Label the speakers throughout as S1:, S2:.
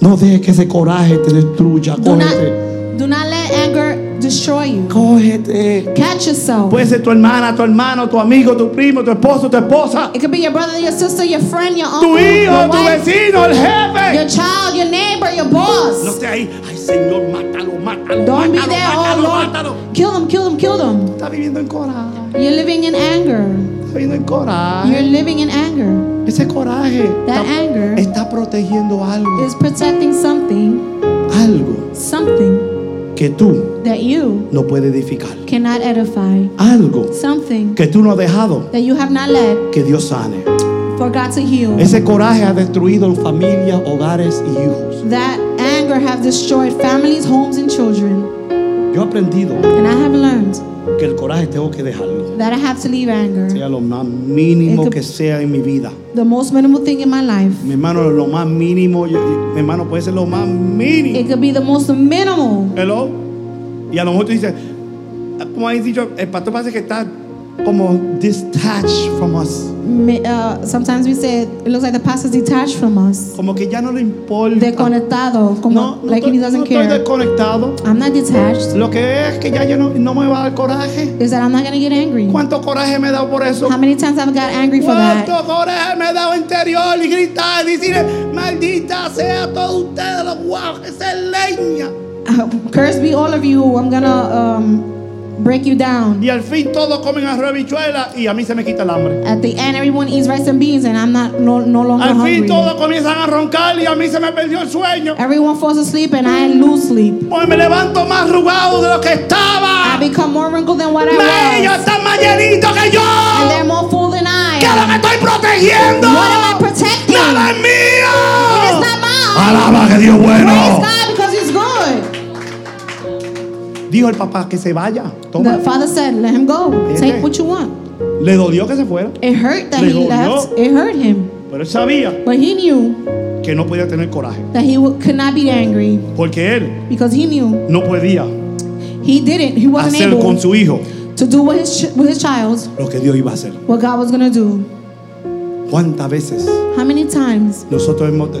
S1: No dejes que ese coraje te destruya.
S2: Do not,
S1: Cógete.
S2: do not let anger destroy you.
S1: Cógete.
S2: Catch yourself.
S1: Puede ser tu hermana, tu hermano, tu amigo, tu primo, tu esposo, tu esposa,
S2: It could be your brother, your sister, your friend, your uncle,
S1: tu hijo,
S2: your
S1: tu
S2: wife,
S1: vecino, el jefe.
S2: your child, your neighbor, your
S1: No
S2: boss.
S1: esté ahí. Ay, Señor, mátalo, mátalo.
S2: Don't be
S1: mátalo,
S2: there,
S1: mátalo,
S2: oh
S1: mátalo.
S2: Lord. Kill them, kill them, kill them.
S1: Está viviendo en coraje.
S2: You're living in anger.
S1: Está viviendo en
S2: You're
S1: coraje.
S2: living in anger.
S1: Ese coraje
S2: That
S1: está,
S2: anger
S1: está protegiendo algo.
S2: is protecting something,
S1: Algo
S2: something
S1: que tú
S2: that you
S1: no puedes edificar.
S2: cannot edify,
S1: Algo
S2: something
S1: que tú no has dejado
S2: that you have not let
S1: que Dios sane.
S2: for God to heal.
S1: Ese coraje ha destruido familias, hogares y hijos.
S2: That anger have destroyed families, homes, and children.
S1: Yo he aprendido
S2: And I have learned
S1: que el coraje tengo que dejarlo.
S2: that I have to leave anger.
S1: Sea lo más mínimo
S2: Es que-
S1: que sea en mi vida.
S2: The most minimal thing in my life.
S1: Mi hermano, lo más mínimo, yo- yo- mi hermano puede ser lo más mínimo.
S2: It could be the most minimal.
S1: Hello. Y a lo mejor tú dices, ah, como has dicho, el pastor parece que está como detached from us.
S2: Mi- uh, sometimes we say it looks like the pastor's detached from us.
S1: Como que ya no le importa.
S2: Desconectado, como
S1: No, no,
S2: like
S1: estoy,
S2: he
S1: no
S2: doesn't
S1: estoy
S2: care.
S1: desconectado.
S2: I'm not detached.
S1: Lo que es que ya yo no, no me va a dar coraje.
S2: Is that I'm not gonna get angry.
S1: ¿Cuánto coraje me he dado por eso?
S2: How many times I've got angry for that?
S1: ¿Cuánto coraje me he dado interior y gritar y decirle, maldita sea todos ustedes los guau que se leña?
S2: Uh, curse be all of you. I'm gonna um, break you down.
S1: Y al fin todos comen arroz y bichuela y a mí se me quita el hambre.
S2: At the end, everyone eats rice and beans, and I'm not no no longer
S1: Al fin todos
S2: hungry.
S1: comienzan a roncar y a mí se me perdió el sueño.
S2: Everyone falls asleep, and I lose sleep.
S1: Hoy me levanto más arrugado de lo que
S2: I
S1: estaba.
S2: become more wrinkled than what I
S1: Me- Ellos
S2: was,
S1: están más llenitos que yo.
S2: and they're more full than
S1: ¿Qué es lo
S2: I.
S1: que estoy protegiendo?
S2: What am I protecting?
S1: ¡Nada es mío!
S2: It's not mine.
S1: Alaba que Dios bueno.
S2: Praise God because He's good.
S1: Dijo el papá que se vaya. Toma.
S2: The father said, "Let him go.
S1: Vete.
S2: Take what you want."
S1: Le dolió que se fuera.
S2: It hurt that
S1: Le
S2: he
S1: dolió.
S2: left. It hurt him,
S1: Pero él sabía
S2: but he knew
S1: que no podía tener coraje.
S2: that he w- could not be angry
S1: Porque él
S2: because he knew
S1: no podía
S2: he didn't. He wasn't
S1: hacer con
S2: able
S1: su hijo
S2: to do with his ch- with his child
S1: lo que Dios iba a hacer.
S2: what God was gonna do.
S1: ¿Cuántas veces
S2: How many times
S1: nosotros hemos de-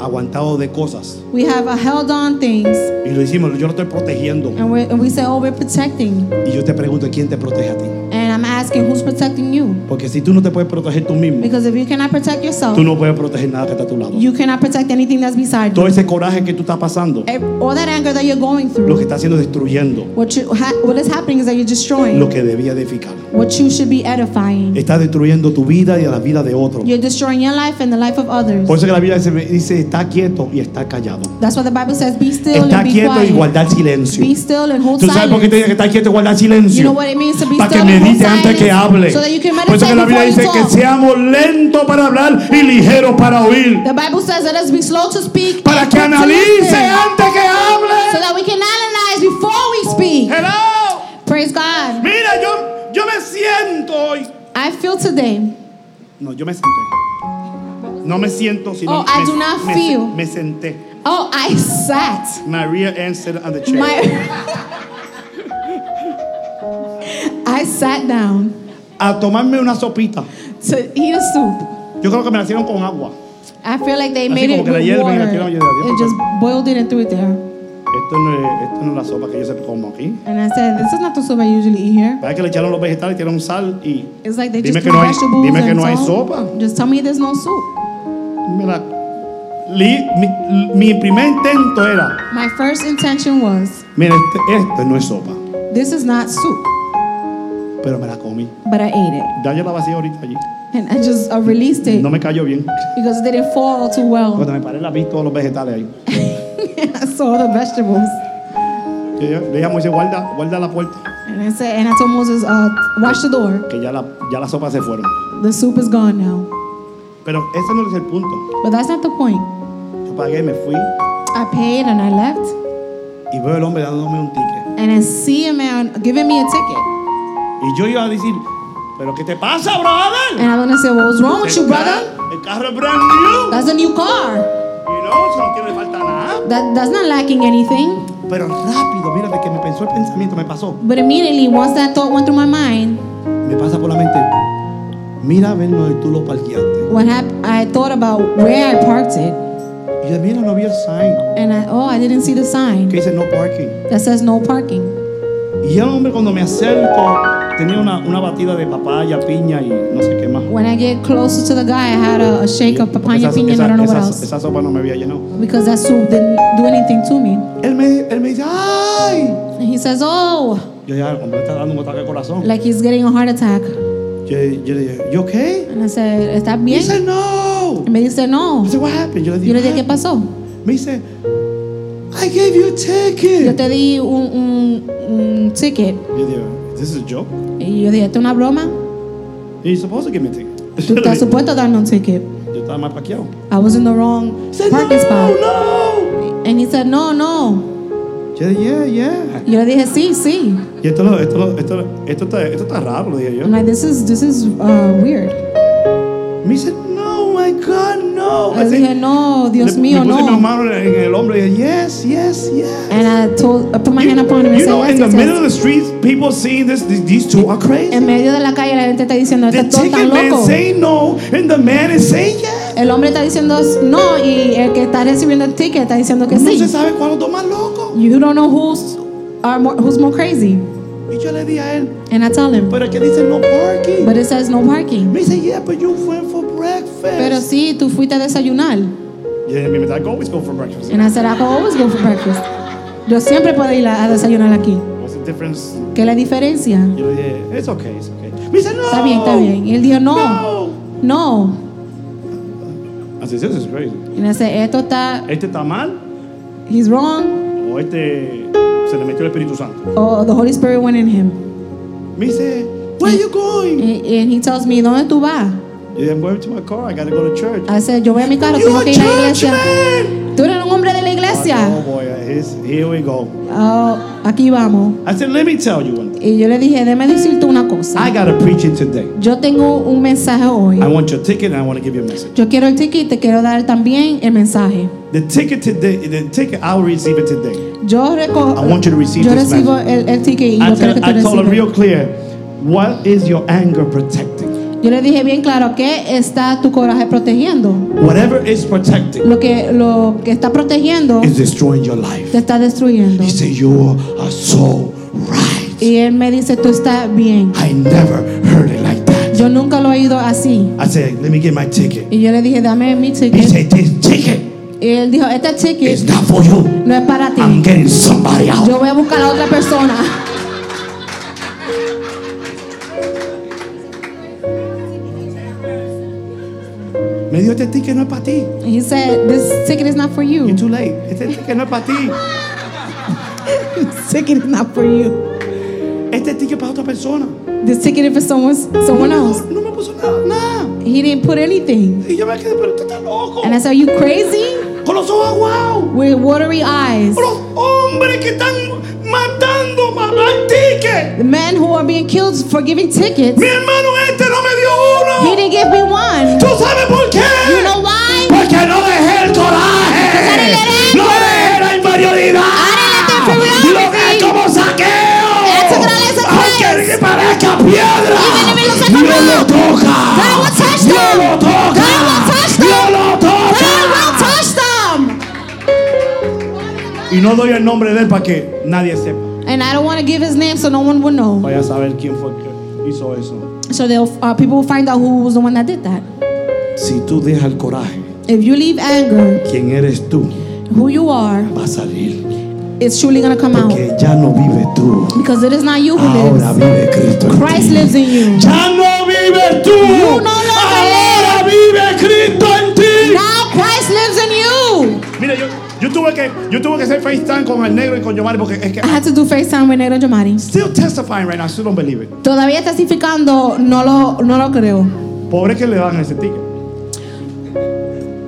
S1: aguantado de cosas
S2: we have uh, held on things
S1: y lo hicimos? Yo lo estoy protegiendo.
S2: and, we and we say, "Oh, we're protecting,"
S1: Y yo te pregunto, ¿quién te protege a ti?
S2: and I'm asking, who's protecting you?
S1: Porque si tú no te puedes proteger tú mismo,
S2: Because if you cannot protect yourself,
S1: tú no puedes proteger nada que está a tu lado.
S2: you cannot protect anything that's beside you.
S1: Todo ese coraje que tú estás pasando,
S2: Ev- All that anger that you're going through.
S1: lo que está haciendo es destruyendo
S2: What you ha, what is happening is that you're destroying
S1: lo que debía edificar.
S2: what you should be edifying.
S1: Está destruyendo tu vida y la vida de otros.
S2: You're destroying your life and the life of others.
S1: Por eso que la Biblia dice, dice, está quieto y está callado.
S2: That's why the Bible says, "Be still
S1: Está
S2: and be
S1: quieto y
S2: quiet."
S1: guardar silencio.
S2: Be still and hold
S1: ¿Tú sabes por qué te
S2: silence.
S1: dice que está quieto y guardar
S2: You know
S1: silencio?
S2: what it means to be
S1: Para
S2: still
S1: que
S2: and hold
S1: medite antes que hable.
S2: silence, so that you can
S1: Por eso que
S2: meditate
S1: la Biblia
S2: before you
S1: dice que
S2: talk.
S1: seamos lentos para hablar y ligeros para oír.
S2: The Bible says, "Let us be slow to speak."
S1: Para
S2: and
S1: que
S2: quick to
S1: analice
S2: listen,
S1: antes que
S2: so
S1: hable.
S2: that we can analyze before we speak.
S1: Hello.
S2: Praise God.
S1: Mira, yo, yo me siento hoy.
S2: I feel today.
S1: No, yo me senté. No me siento, sino
S2: Oh, I
S1: me,
S2: do not
S1: me-
S2: feel.
S1: me senté.
S2: Oh, I sat.
S1: My rear end sat on the chair.
S2: My I sat down
S1: a tomarme una sopita.
S2: to eat a soup.
S1: Yo creo que me la hicieron con agua.
S2: I feel like they
S1: Así
S2: made it
S1: como que
S2: with
S1: la hierven
S2: water
S1: y la tiran y la tiran.
S2: and just boiled it and threw it there.
S1: Esto no es, esto no es la sopa que yo siempre como aquí.
S2: And I said, this is not the soup I usually eat here.
S1: Parece que le echaron los vegetales, tiraron sal y
S2: It's like they
S1: Dime
S2: just
S1: que
S2: threw
S1: no hay-
S2: vegetables
S1: dime que
S2: and
S1: no hay
S2: salt.
S1: sopa.
S2: Just tell me there's no soup.
S1: me la... li- mi, mi primer intento era,
S2: My first intention was,
S1: mira, este, esto no es sopa,
S2: this is not soup,
S1: pero me la comí.
S2: but I ate it.
S1: Ya yo la vacié ahorita allí.
S2: And I just uh, released it
S1: No me cayó bien.
S2: because it didn't fall too well.
S1: Cuando me paré la vi todos los vegetales ahí.
S2: I saw the vegetables.
S1: Yo- yo- le dije a Moisés, guarda, guarda la puerta,
S2: And I said, and I told Moses, uh, watch the door.
S1: que ya la, ya la sopa se fueron.
S2: The soup is gone now.
S1: Pero ese no es el punto.
S2: But that's not the point.
S1: Yo pagué, me fui
S2: I paid and I left.
S1: y veo el hombre dándome un ticket.
S2: And I see a man giving me a ticket.
S1: Y yo iba a decir, ¿pero qué te pasa, brother?
S2: And I'm gonna say, well, what's wrong with you,
S1: El
S2: brother?
S1: carro- El carro es brand new.
S2: That's a new car.
S1: Y no, eso no tiene falta nada.
S2: That that's not lacking anything.
S1: Pero rápido, mira, de que me pensó el pensamiento, me pasó.
S2: But immediately, once that thought went through my mind,
S1: Me pasa por la mente. Mira a ver donde tú lo parqueaste.
S2: what happened? I thought about where I parked it,
S1: Y yo, mira, no había el sign
S2: And I, oh, I didn't see the sign
S1: que dice no parking.
S2: that says no parking.
S1: Y ya, hombre, cuando me acerco, tenía una, una batida de papaya, piña y no sé qué más.
S2: When I get closer to the guy, I had a, a shake of
S1: Porque
S2: papaya
S1: esa,
S2: opinion. I
S1: esa-
S2: don't know what
S1: esa-
S2: else.
S1: esa sopa no me había llenado.
S2: Because that soup didn't do anything to me.
S1: Él me, él me dice, ¡ay!
S2: And he says, oh,
S1: Yo ya, hombre, está dando un ataque de corazón.
S2: like he's getting a heart attack.
S1: Yo, yo le dije, ¿yo qué?
S2: And I said, ¿estás
S1: Me
S2: bien?
S1: dice, no.
S2: Y me dice, no.
S1: Me dice, what happened? Yo le
S2: Yo
S1: dije,
S2: le dije, ¿qué
S1: "Ah".
S2: pasó?
S1: Me dice, I gave you a
S2: Yo
S1: ticket.
S2: te di un, un, un ticket.
S1: Yo digo, this is a joke.
S2: Y yo dije, ¿esto es una broma?
S1: You're supposed to give me a ticket.
S2: Tú estás supuesto a darme un ticket.
S1: yo estaba mal paqueado.
S2: I was in the wrong
S1: Said,
S2: parking spot.
S1: no, no.
S2: And he said, no, no.
S1: Yo dije, yeah, yeah.
S2: Yo le dije, sí, sí.
S1: Y esto, lo- esto, lo- esto, esto, está, esto está raro, le dije yo.
S2: I'm like, this is, this is uh, weird.
S1: Me dice, no, my God, no.
S2: I
S1: Así,
S2: dije, no, Dios
S1: le-
S2: mío,
S1: le puse mi
S2: no. Eh,
S1: mano en el hombro y dije, yes, yes, yes.
S2: And I told, I put my hand upon him and
S1: you
S2: said,
S1: know, in
S2: yes,
S1: the
S2: yes,
S1: middle of
S2: yes.
S1: the streets, people seeing this, these, these two are crazy.
S2: En medio de la calle la gente está diciendo,
S1: The
S2: está todo
S1: ticket
S2: tan
S1: man
S2: loco.
S1: saying no, and the man is saying yes.
S2: El hombre está diciendo no y el que está recibiendo el ticket está diciendo que
S1: No se
S2: sí.
S1: sabe cuándo toma loco.
S2: You don't know who's, are more, who's more crazy.
S1: Y yo le dije a él,
S2: And I tell him,
S1: pero aquí dice no parking.
S2: but it says no parking.
S1: Me dice, yeah, but you went for breakfast.
S2: Pero sí, tú fuiste a desayunar.
S1: yeah, I mean, I always go for breakfast.
S2: And I said, I can always go for breakfast. Yo siempre puedo ir a, a desayunar aquí.
S1: What's the difference?
S2: ¿Qué es la diferencia?
S1: Yo le dije, it's okay, it's okay. Me dice, no.
S2: Está bien, está bien. Y él dijo, no,
S1: No.
S2: no.
S1: I said, this is crazy.
S2: And I said, esto está,
S1: Este está mal
S2: he's wrong.
S1: o este se le metió el Espíritu Santo.
S2: Oh, the Holy Spirit went in him.
S1: Me dice, where you going?
S2: And, and he tells me, ¿dónde tú vas?
S1: Yeah, I'm going to my car. I gotta go to church.
S2: I said, yo voy a mi carro,
S1: You
S2: tengo
S1: a
S2: que ir a la iglesia.
S1: churchman?
S2: Tú eres un hombre de la
S1: Oh
S2: iglesia.
S1: boy, here's- here we go.
S2: Oh, aquí vamos.
S1: I said, let me tell you one. thing.
S2: Y yo le dije, déme decirte una cosa.
S1: I gotta preach it today.
S2: Yo tengo un mensaje hoy.
S1: I want your ticket and I want to give you a message.
S2: Yo quiero el ticket y te quiero dar también el mensaje.
S1: The ticket today, the ticket I'll receive it today.
S2: Yo, reco-
S1: I want you to receive
S2: yo
S1: this
S2: recibo el, el ticket y
S1: I,
S2: yo quiero
S1: tell,
S2: que tú
S1: I told him
S2: recibas.
S1: real clear, what is your anger protecting?
S2: Yo le dije bien claro que está tu coraje protegiendo.
S1: Whatever is protecting
S2: Lo que, lo que está protegiendo
S1: is destroying your life.
S2: te está destruyendo.
S1: He said, you are so right.
S2: Y él me dice, tú estás bien.
S1: I never heard it like that.
S2: Yo nunca lo he oído así.
S1: I said, let me get my ticket.
S2: Y yo le dije, dame mi
S1: He
S2: ticket.
S1: said, this ticket
S2: Y él dijo, este
S1: is
S2: ticket
S1: not for you.
S2: no es para
S1: I'm
S2: ti.
S1: getting somebody out.
S2: Yo voy a buscar a otra persona.
S1: Me dio este ticket no es para ti.
S2: He said, this ticket is not for you.
S1: You're too late. Este ticket no es para ti.
S2: This ticket is not for you.
S1: Este ticket es para otra persona.
S2: This ticket is for someone, someone
S1: No,
S2: else.
S1: no me puso nada, nada.
S2: He didn't put anything.
S1: Y yo me quedé, pero tú estás loco.
S2: And I said, are you crazy?
S1: Con los ojos guau.
S2: With watery eyes.
S1: Con los hombres que están matando para el ticket.
S2: The men who are being killed for giving tickets.
S1: Mi hermano este no me dio
S2: He
S1: uno.
S2: didn't give me one.
S1: ¿Tú sabes por qué?
S2: You know why?
S1: Porque no dejé el coraje.
S2: Because I didn't let it
S1: No dejé la inferioridad.
S2: I didn't
S1: Lo
S2: let the
S1: dejé
S2: inferiority.
S1: como saqueo.
S2: I took it all as a
S1: Aunque que parezca piedra.
S2: Even if it looks like a
S1: Dios lo
S2: rock.
S1: toca.
S2: God will touch
S1: Dios
S2: them.
S1: lo toca.
S2: God will touch them.
S1: Dios lo
S2: God will
S1: toca.
S2: touch them.
S1: Y no doy el nombre de él para que nadie sepa.
S2: And I don't want to give his name so no one will know.
S1: Vaya a saber quién fue que hizo eso.
S2: So they'll, uh, people will find out who was the one that did that.
S1: Si tú dejas el coraje,
S2: If you leave anger,
S1: quién eres tú
S2: who you are,
S1: va a salir.
S2: it's truly going to come out.
S1: Porque ya no vives tú.
S2: Because it is not you who
S1: Ahora
S2: lives.
S1: vive Cristo. en ti.
S2: Christ lives in you.
S1: Ya no vives tú.
S2: no longer
S1: Ahora vive Cristo en ti.
S2: Now Christ lives in you.
S1: Mira, yo, yo tuve que yo tuve que hacer FaceTime con el negro y con Giovanni porque es que
S2: I had to do FaceTime with Negro Giamatti.
S1: still testifying right now, still don't believe it.
S2: Todavía testificando, no lo, no lo creo.
S1: Pobre que le dan ese ticket.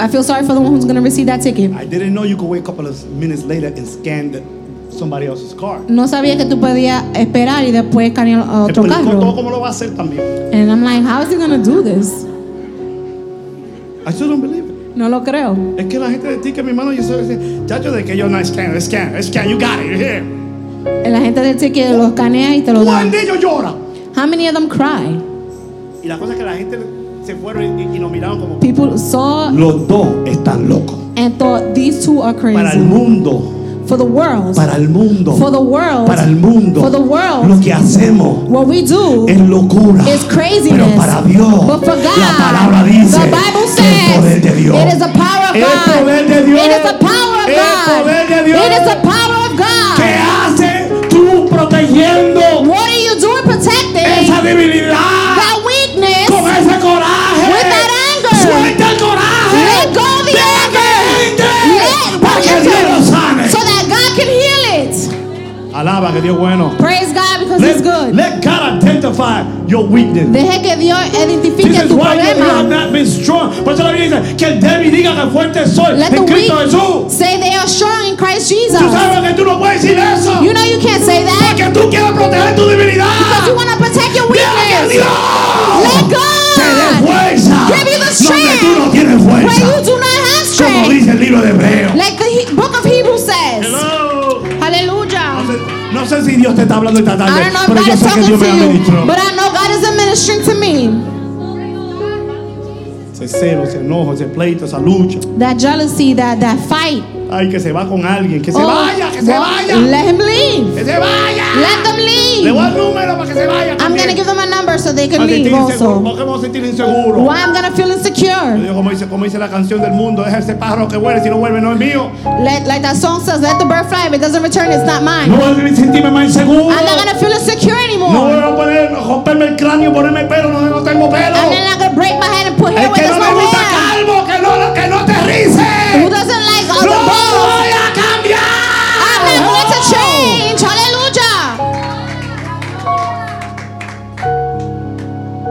S2: I feel sorry for the one who's going to receive that ticket.
S1: I didn't know you could wait a couple of minutes later and scan the- somebody else's car.
S2: No sabía que tú podías esperar y después escanear a otro
S1: Explicó todo
S2: carro.
S1: cómo lo va a hacer también.
S2: And I'm like, how is he gonna do this?
S1: I still don't believe it.
S2: No lo creo.
S1: Es que la gente de ticket, mi hermano, yo solo decía, chacho, de que yo no scan, scan, scan, you got it, you're here.
S2: La gente del ticket lo escanea y te lo
S1: ¿Cuál
S2: da.
S1: de ellos llora?
S2: How many of them cry?
S1: Y la cosa es que la gente se fueron y, y nos miraron como.
S2: People saw
S1: Los dos están locos.
S2: and thought these two are
S1: para el
S2: crazy.
S1: mundo,
S2: For the world,
S1: para el mundo,
S2: for the world,
S1: para el mundo.
S2: for the world,
S1: Lo que hacemos
S2: what we do
S1: es locura.
S2: is craziness.
S1: Pero para Dios,
S2: but for God,
S1: la palabra dice
S2: the Bible
S1: que el
S2: says
S1: poder de Dios.
S2: it is the power of
S1: El
S2: God.
S1: poder de Dios.
S2: It is the power of
S1: El
S2: God.
S1: poder de Dios.
S2: It is the power of God.
S1: ¿Qué hace tú protegiendo
S2: What are you doing protecting
S1: esa debilidad
S2: that weakness?
S1: con ese coraje?
S2: With that anger.
S1: Suelta el coraje.
S2: Let go of the
S1: Deja que
S2: anger.
S1: entre
S2: Let
S1: para que Dios lo sane.
S2: so that God can heal it.
S1: Alaba que Dios es bueno.
S2: Praise God because it's good.
S1: let God identify your weakness.
S2: Deje que Dios
S1: This
S2: identifique
S1: is
S2: tu
S1: why you have
S2: problema.
S1: not been strong. Por eso la Biblia dice que el débil diga que fuerte soy
S2: Let the
S1: en Cristo
S2: weak
S1: Jesús.
S2: say they are strong in Christ Jesus.
S1: Tú sabes que tú no puedes decir eso.
S2: You know you can't say that
S1: Porque tú quieres proteger tu debilidad.
S2: because you want to protect your
S1: Deja que Dios
S2: weakness. Let
S1: te dé
S2: God
S1: fuerza.
S2: Give you the
S1: Donde
S2: strength.
S1: tú no tienes
S2: where
S1: fuerza.
S2: you do not have
S1: Como
S2: strength.
S1: dice el libro de Hebreo.
S2: Like the He- book of Hebrews says.
S1: Hello. No
S2: Hallelujah.
S1: sé, no sé si Dios te está hablando esta
S2: I
S1: tarde,
S2: don't know if
S1: pero
S2: God
S1: yo
S2: is
S1: sé que Dios
S2: talking
S1: me
S2: to
S1: administró.
S2: you, but I know God is administering to me.
S1: Ese celo, ese enojo, ese pleito, esa lucha.
S2: That jealousy, that that fight.
S1: Ay, que se va con alguien. Que se
S2: Oh,
S1: vaya, que se
S2: well,
S1: vaya.
S2: Let him leave.
S1: ¡Que se vaya!
S2: Let them
S1: Le
S2: leave.
S1: voy al número para que se vaya.
S2: I'm
S1: también.
S2: gonna give them a number so they
S1: Para
S2: can
S1: sentir
S2: leave
S1: inseguro.
S2: also.
S1: ¿Por qué vamos a sentir inseguro?
S2: Why I'm gonna feel
S1: Yo
S2: insecure?
S1: digo, Como dice, como dice la canción del mundo, deja ese pájaro que vuelve, si no vuelve no es mío.
S2: Let like that song says, let the bird fly. If it doesn't return, it's not mine.
S1: No voy a sentirme más inseguro.
S2: I'm not gonna feel insecure anymore.
S1: No voy a poder romperme el cráneo, ponerme pelo, no, no tengo pelo.
S2: I'm not gonna break my head and put hair
S1: El que
S2: where there's
S1: no me
S2: no
S1: gusta
S2: hair.
S1: calvo, que no, que no te
S2: Who
S1: rice.
S2: doesn't like
S1: No
S2: other
S1: voy
S2: bones?
S1: a cambiar.
S2: I'm not going to change. Hallelujah.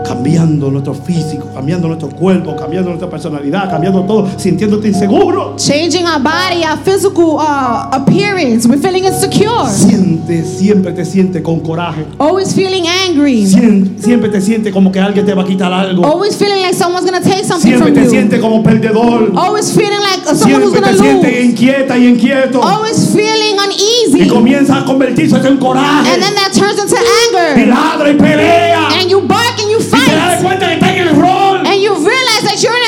S1: Cambiando nuestro físico, cambiando nuestro cuerpo, cambiando nuestra personalidad, cambiando todo, sintiéndote inseguro.
S2: Changing our body, our physical uh, appearance. We're feeling insecure.
S1: Siente, siempre te siente con coraje.
S2: Always feeling angry.
S1: Sien- siempre te siente como que alguien te va a quitar algo.
S2: Always feeling like someone's gonna take Oh, something Oh,
S1: Siempre
S2: from
S1: te
S2: you.
S1: siente como perdedor.
S2: Always feeling like someone who's
S1: Siempre te
S2: gonna
S1: siente
S2: lose.
S1: inquieta y inquieto.
S2: Always feeling
S1: Y
S2: uneasy.
S1: comienza a convertirse en coraje.
S2: And then that turns into
S1: Y
S2: anger.
S1: ladra y pelea.
S2: And you bark and you
S1: Y te das
S2: fight.
S1: cuenta que está en el rol.
S2: And you realize that you're
S1: El
S2: in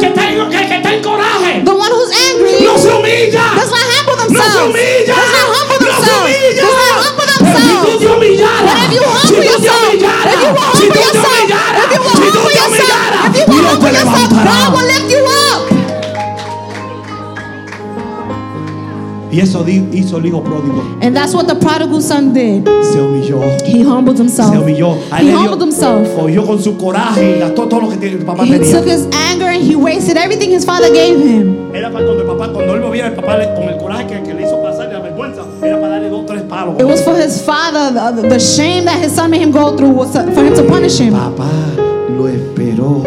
S1: que está
S2: an error.
S1: en, el que está en coraje.
S2: The one who's
S1: No
S2: angry
S1: se humilla.
S2: does not humble
S1: No
S2: themselves.
S1: se humilla.
S2: Does not humble
S1: No se
S2: themselves.
S1: humilla.
S2: Does not humble
S1: Pero si tú
S2: themselves.
S1: te humillaras.
S2: But if you humble
S1: Si tú te
S2: yourself,
S1: humillaras.
S2: if you will
S1: Si tú
S2: humble
S1: te
S2: yourself,
S1: humillaras.
S2: if you will
S1: Si tú
S2: humble
S1: te
S2: yourself,
S1: humillaras.
S2: if you will
S1: Dios te
S2: humble yourself, God
S1: levantará.
S2: will lift you up.
S1: Y eso di- hizo el hijo pródigo.
S2: And that's what the prodigal son did.
S1: Se humilló.
S2: He humbled himself.
S1: Se humilló. A él
S2: He
S1: le dio-
S2: humbled himself.
S1: Cogió con su coraje y gastó todo lo que el papá
S2: He
S1: tenía.
S2: took his anger and he wasted everything his father gave him.
S1: Era para cuando el papá, cuando él lo viera, el papá le- con el coraje que, que le hizo pasar y la vergüenza, era para darle dos tres palos.
S2: It was for his father, the, the shame that his son made him go through was for him to punish him.
S1: Papá lo esperó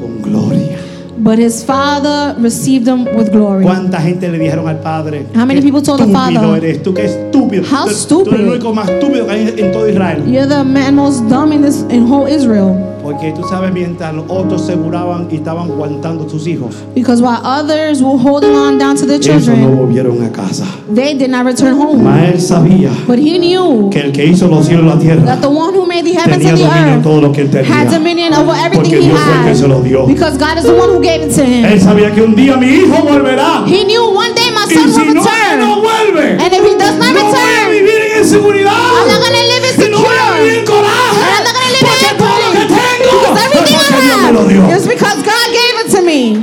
S1: con gloria.
S2: But his father received him with glory.
S1: ¿Cuánta gente le dijeron al padre?
S2: How many
S1: "Qué
S2: people told the
S1: Estúpido
S2: father?
S1: eres tú, qué estúpido.
S2: How
S1: Tú- Tú
S2: stupid.
S1: eres el único más estúpido que hay en todo Israel.
S2: You're the man most dumb in this in whole Israel.
S1: Porque tú sabes, mientras los otros se curaban y estaban aguantando sus hijos,
S2: Because while others were holding on down to their children,
S1: ellos no volvieron a casa.
S2: they did not return home.
S1: Mas él sabía
S2: But he knew
S1: que el que hizo los cielos y la tierra
S2: that the one who made the heavens
S1: tenía
S2: and the
S1: dominio en
S2: earth
S1: todo lo que él
S2: had
S1: tenía.
S2: dominion over everything
S1: Porque
S2: he
S1: Dios fue el que se
S2: had.
S1: lo dio.
S2: Because God is the one who gave it to him.
S1: Él sabía que un día mi hijo volverá.
S2: He knew one day my
S1: Y
S2: son
S1: si
S2: will
S1: no, que no
S2: return.
S1: vuelve.
S2: And if he does not
S1: No voy a
S2: return,
S1: vivir en inseguridad.
S2: I'm not gonna live
S1: Y no voy a vivir en
S2: insecure.
S1: coraje.
S2: I'm not gonna live
S1: Porque
S2: in
S1: todo lo que
S2: anxiety.
S1: tengo
S2: Because everything
S1: es porque Dios me lo
S2: I
S1: dio.
S2: have is because God gave it to me.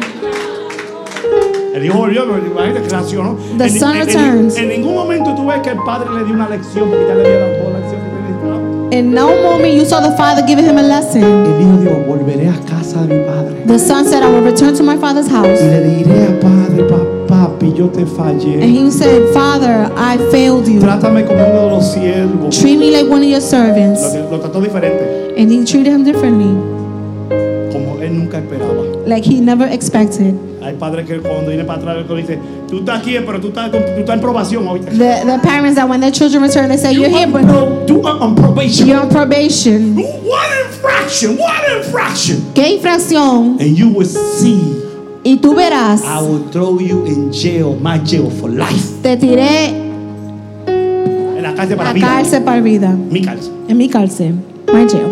S1: El hijo volvió, pero imagínate que nació, ¿no?
S2: The
S1: en,
S2: son
S1: en- en-
S2: returns.
S1: En, ningún momento tú ves que el padre le dio una lección, porque ya le había dado toda la lección que necesitaba.
S2: In no moment you saw the father giving him a lesson.
S1: El hijo dijo, volveré a casa de mi padre.
S2: The son said, I will return to my father's
S1: Y
S2: house.
S1: le diré a padre, "Pa- papi, yo te fallé.
S2: And he said, Father, I failed you.
S1: Trátame como uno de los siervos.
S2: Treat me like one of your
S1: Lo,
S2: servants.
S1: que- lo trató diferente,
S2: And he treated him differently,
S1: como él nunca esperaba.
S2: like he never expected.
S1: Hay padres que cuando viene para atrás, el hijo dice, tú estás aquí, pero tú estás, tú, estás en probación hoy.
S2: The, the parents that when their children return, they say, You're here, but
S1: No, tú estás en probation.
S2: you're on probation.
S1: What infraction? What infraction?
S2: ¿Qué infracción?
S1: And you will see
S2: Y tú verás.
S1: I will throw you in jail, my jail for life.
S2: Te tiré
S1: En la cárcel para
S2: a
S1: vida.
S2: cárcel para vida.
S1: Mi cárcel.
S2: En mi cárcel. My jail.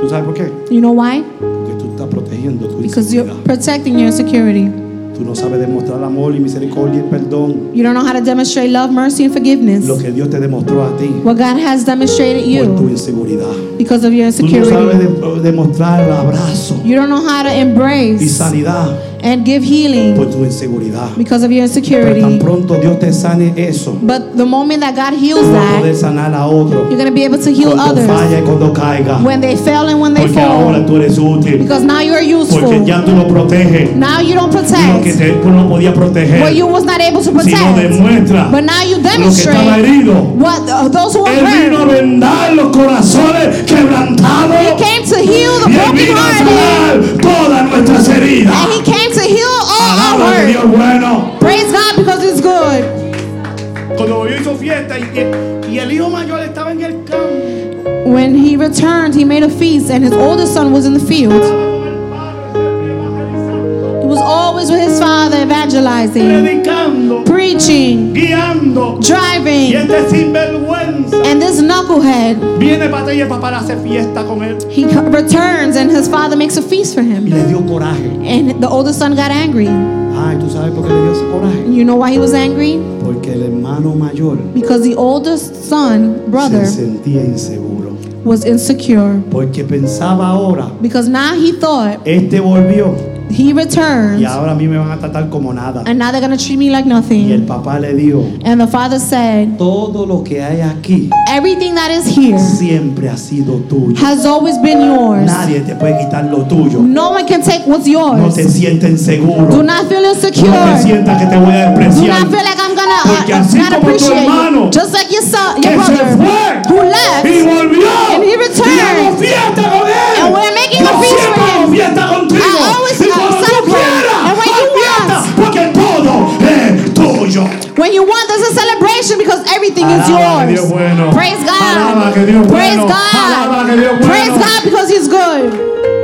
S1: ¿Tú sabes por qué?
S2: You know why?
S1: Porque tú estás protegiendo tu
S2: Because you're
S1: inseguridad.
S2: protecting your security.
S1: Tú no sabes demostrar amor y misericordia y perdón.
S2: You don't know how to demonstrate love, mercy, and forgiveness.
S1: Lo que Dios te demostró a ti
S2: What God has demonstrated
S1: por tu
S2: you
S1: inseguridad.
S2: because of your
S1: Tú no sabes
S2: insecurity.
S1: de- demostrar el abrazo
S2: You don't know how to
S1: y
S2: embrace
S1: sanidad
S2: and give healing
S1: por tu inseguridad.
S2: because of your
S1: Pero tan
S2: insecurity.
S1: pronto Dios te sane eso,
S2: But the moment that God heals
S1: tú vas a
S2: that,
S1: poder sanar a otro
S2: you're going to be able to heal
S1: cuando
S2: others
S1: falla y cuando caiga.
S2: when they fail and when they
S1: Porque ahora
S2: fall
S1: tú eres útil.
S2: because now you're
S1: Porque
S2: useful.
S1: ya tú lo proteges.
S2: Now you don't
S1: Lo que
S2: protect
S1: te- tú no podías proteger.
S2: what you was not able to
S1: Sino
S2: protect.
S1: demuestra
S2: But now you
S1: lo que estaba
S2: demonstrate
S1: herido.
S2: what uh, those who are
S1: Él vino a
S2: hurt.
S1: vendar los corazones
S2: He
S1: quebrantados.
S2: came to heal the
S1: Y Él vino a sanar
S2: brokenhearted.
S1: todas nuestras heridas.
S2: And he came to heal all
S1: Alaba
S2: our
S1: a Dios
S2: hurt.
S1: bueno.
S2: Praise God because it's good.
S1: Cuando yo hizo fiesta y, y el hijo mayor estaba en el campo.
S2: When he returned, he made a feast, and his oldest son was in the field.
S1: estaba con el padre, se evangelizando,
S2: He was always with his father evangelizing,
S1: Predicando,
S2: preaching,
S1: guiando. Y
S2: driving.
S1: este sinvergüenza
S2: And this knucklehead,
S1: viene para atrás y el papá le hace fiesta con él.
S2: he co- returns, and his father makes a feast for
S1: Y
S2: him.
S1: le dio coraje.
S2: And the oldest son got angry. And
S1: Ay, ¿tú sabes por qué le dio ese coraje?
S2: you know why he was angry?
S1: Porque el hermano mayor
S2: Because the oldest son, brother,
S1: se sentía inseguro.
S2: was insecure.
S1: Porque pensaba ahora,
S2: Because now he thought
S1: este volvió
S2: he
S1: y
S2: returns,
S1: ahora a mí me van a tratar como nada.
S2: and now they're gonna treat me like
S1: Y el
S2: nothing.
S1: papá le dijo,
S2: And the father said,
S1: todo lo que hay aquí
S2: Everything that is here
S1: siempre ha sido tuyo.
S2: has always been yours.
S1: Nadie te puede quitar lo tuyo.
S2: No one can take what's
S1: No te
S2: yours.
S1: sientas
S2: Do
S1: inseguro.
S2: not feel insecure.
S1: No te
S2: Do
S1: sientas que te voy a
S2: not
S1: despreciar.
S2: feel like I'm gonna
S1: Porque
S2: uh,
S1: así
S2: not
S1: como tu
S2: appreciate
S1: hermano
S2: you. Just like your son,
S1: Que
S2: your
S1: se
S2: brother,
S1: fue
S2: who left,
S1: y volvió.
S2: And he returned.
S1: Y hago fiesta con él.
S2: And we're making a
S1: Yo
S2: feast
S1: siempre
S2: for him.
S1: hago fiesta contigo.
S2: I always
S1: y cuando tú
S2: celebrate.
S1: quieras,
S2: And when
S1: haz
S2: you
S1: fiesta,
S2: want.
S1: porque todo es tuyo.
S2: when you want, there's a celebration because everything is
S1: Alaba que Dios
S2: yours.
S1: bueno.
S2: Praise
S1: Alaba
S2: God.
S1: que Dios
S2: Praise
S1: bueno. Alaba que Dios
S2: God.
S1: bueno.
S2: Praise God because He's good.